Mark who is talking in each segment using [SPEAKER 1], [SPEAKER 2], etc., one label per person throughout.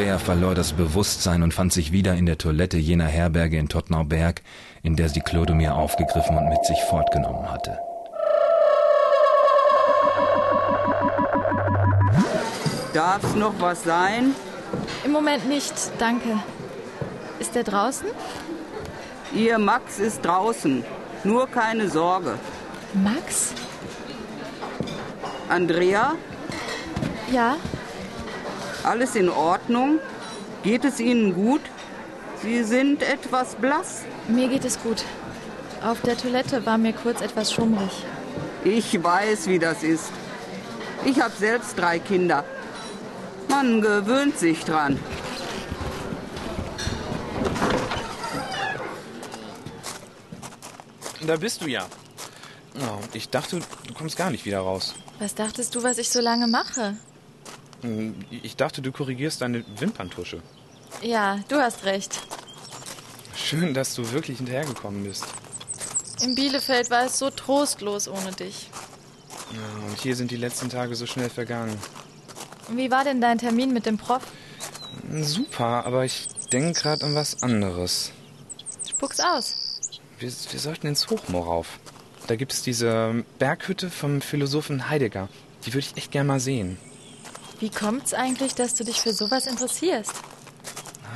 [SPEAKER 1] Meyer verlor das Bewusstsein und fand sich wieder in der Toilette jener Herberge in Tottnauberg, in der sie Clodomir aufgegriffen und mit sich fortgenommen hatte.
[SPEAKER 2] Darf's noch was sein?
[SPEAKER 3] Im Moment nicht, danke. Ist der draußen?
[SPEAKER 2] Ihr Max ist draußen. Nur keine Sorge.
[SPEAKER 3] Max?
[SPEAKER 2] Andrea,
[SPEAKER 3] Ja,
[SPEAKER 2] alles in Ordnung? Geht es Ihnen gut? Sie sind etwas blass.
[SPEAKER 3] mir geht es gut. Auf der Toilette war mir kurz etwas schummrig.
[SPEAKER 2] Ich weiß, wie das ist. Ich habe selbst drei Kinder. Man gewöhnt sich dran.
[SPEAKER 4] Da bist du ja. Ja, und Ich dachte, du kommst gar nicht wieder raus.
[SPEAKER 3] Was dachtest du, was ich so lange mache?
[SPEAKER 4] Hm, Ich dachte, du korrigierst deine Wimperntusche.
[SPEAKER 3] Ja, du hast recht.
[SPEAKER 4] Schön, dass du wirklich hinterhergekommen bist.
[SPEAKER 3] In Bielefeld war es so trostlos ohne dich.
[SPEAKER 4] Ja, Und hier sind die letzten Tage so schnell vergangen.
[SPEAKER 3] Wie war denn dein Termin mit dem Prof?
[SPEAKER 4] Hm, Super, aber ich denke gerade an was anderes.
[SPEAKER 3] Spuck's aus.
[SPEAKER 4] Wir, wir sollten ins Hochmoorrauf. Da gibt es diese Berghütte vom Philosophen Heidegger. Die würde ich echt gern mal sehen.
[SPEAKER 3] Wie kommt's eigentlich, dass du dich für sowas interessierst?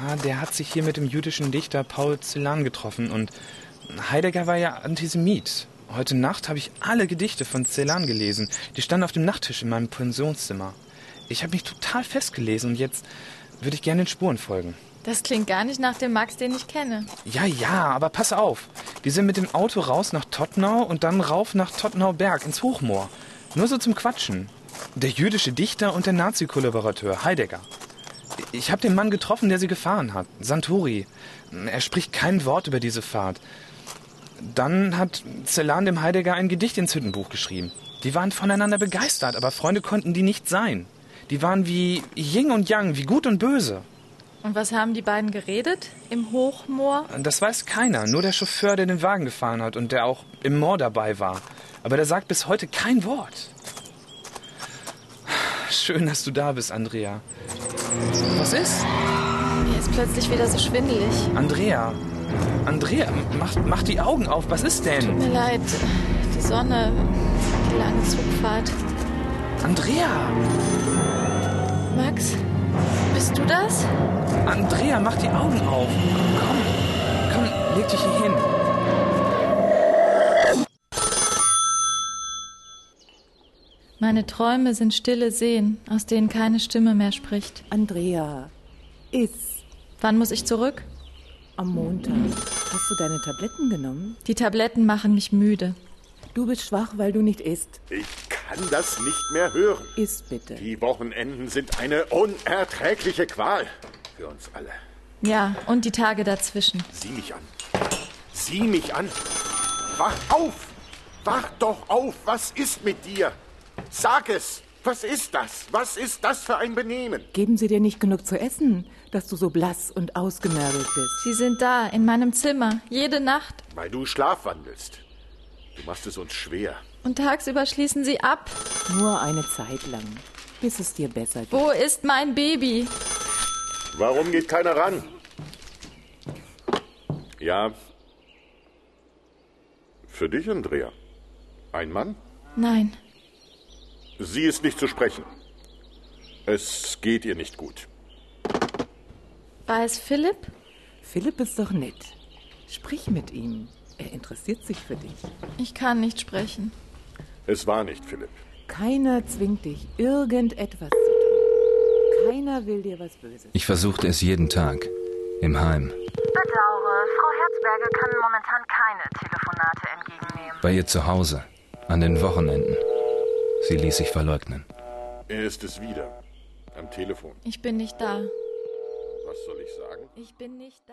[SPEAKER 4] Ah, der hat sich hier mit dem jüdischen Dichter Paul Celan getroffen und Heidegger war ja Antisemit. Heute Nacht habe ich alle Gedichte von Celan gelesen. Die standen auf dem Nachttisch in meinem Pensionszimmer. Ich habe mich total festgelesen und jetzt würde ich gerne den Spuren folgen.
[SPEAKER 3] Das klingt gar nicht nach dem Max, den ich kenne.
[SPEAKER 4] Ja, ja, aber pass auf. Wir sind mit dem Auto raus nach Tottnau und dann rauf nach Tottnauberg ins Hochmoor. Nur so zum Quatschen. Der jüdische Dichter und der Nazi-Kollaborateur Heidegger. Ich habe den Mann getroffen, der sie gefahren hat, Santori. Er spricht kein Wort über diese Fahrt. Dann hat Celan dem Heidegger ein Gedicht ins Hüttenbuch geschrieben. Die waren voneinander begeistert, aber Freunde konnten die nicht sein. Die waren wie Yin und Yang, wie gut und böse.
[SPEAKER 3] Und was haben die beiden geredet? Im Hochmoor?
[SPEAKER 4] Das weiß keiner, nur der Chauffeur, der den Wagen gefahren hat und der auch im Moor dabei war. Aber der sagt bis heute kein Wort. Schön, dass du da bist, Andrea. Was ist?
[SPEAKER 3] Mir ist plötzlich wieder so schwindelig.
[SPEAKER 4] Andrea. Andrea, mach, mach die Augen auf. Was ist denn?
[SPEAKER 3] Mir leid, die Sonne, die lange Zugfahrt.
[SPEAKER 4] Andrea!
[SPEAKER 3] Max, bist du das?
[SPEAKER 4] Andrea, mach die Augen auf. Komm. Komm, leg dich hier hin.
[SPEAKER 3] Meine Träume sind stille Seen, aus denen keine Stimme mehr spricht.
[SPEAKER 5] Andrea, ist
[SPEAKER 3] Wann muss ich zurück?
[SPEAKER 5] am Montag. Hast du deine Tabletten genommen?
[SPEAKER 3] Die Tabletten machen mich müde.
[SPEAKER 5] Du bist schwach, weil du nicht isst.
[SPEAKER 6] Ich kann das nicht mehr hören.
[SPEAKER 5] Isst bitte.
[SPEAKER 6] Die Wochenenden sind eine unerträgliche Qual für uns alle.
[SPEAKER 3] Ja, und die Tage dazwischen.
[SPEAKER 6] Sieh mich an. Sieh mich an. Wach auf. Wach doch auf. Was ist mit dir? Sag es. Was ist das? Was ist das für ein Benehmen?
[SPEAKER 5] Geben sie dir nicht genug zu essen, dass du so blass und ausgemergelt bist.
[SPEAKER 3] Sie sind da, in meinem Zimmer, jede Nacht.
[SPEAKER 6] Weil du schlafwandelst. Du machst es uns schwer.
[SPEAKER 3] Und tagsüber schließen sie ab.
[SPEAKER 5] Nur eine Zeit lang, bis es dir besser geht.
[SPEAKER 3] Wo ist mein Baby?
[SPEAKER 6] Warum geht keiner ran? Ja. Für dich, Andrea. Ein Mann?
[SPEAKER 3] Nein,
[SPEAKER 6] Sie ist nicht zu sprechen. Es geht ihr nicht gut.
[SPEAKER 3] war es Philipp?
[SPEAKER 5] Philipp ist doch nett. Sprich mit ihm. Er interessiert sich für dich.
[SPEAKER 3] Ich kann nicht sprechen.
[SPEAKER 6] Es war nicht Philipp.
[SPEAKER 5] Keiner zwingt dich, irgendetwas zu tun. Keiner will dir was Böses.
[SPEAKER 1] Ich versuchte es jeden Tag. Im Heim.
[SPEAKER 7] Bedauere, Frau Herzberger kann momentan keine Telefonate entgegennehmen.
[SPEAKER 1] Bei ihr zu Hause. An den Wochenenden. Sie ließ sich verleugnen.
[SPEAKER 6] Er ist es wieder. Am Telefon.
[SPEAKER 3] Ich bin nicht da.
[SPEAKER 6] Was soll ich sagen?
[SPEAKER 3] Ich bin nicht da.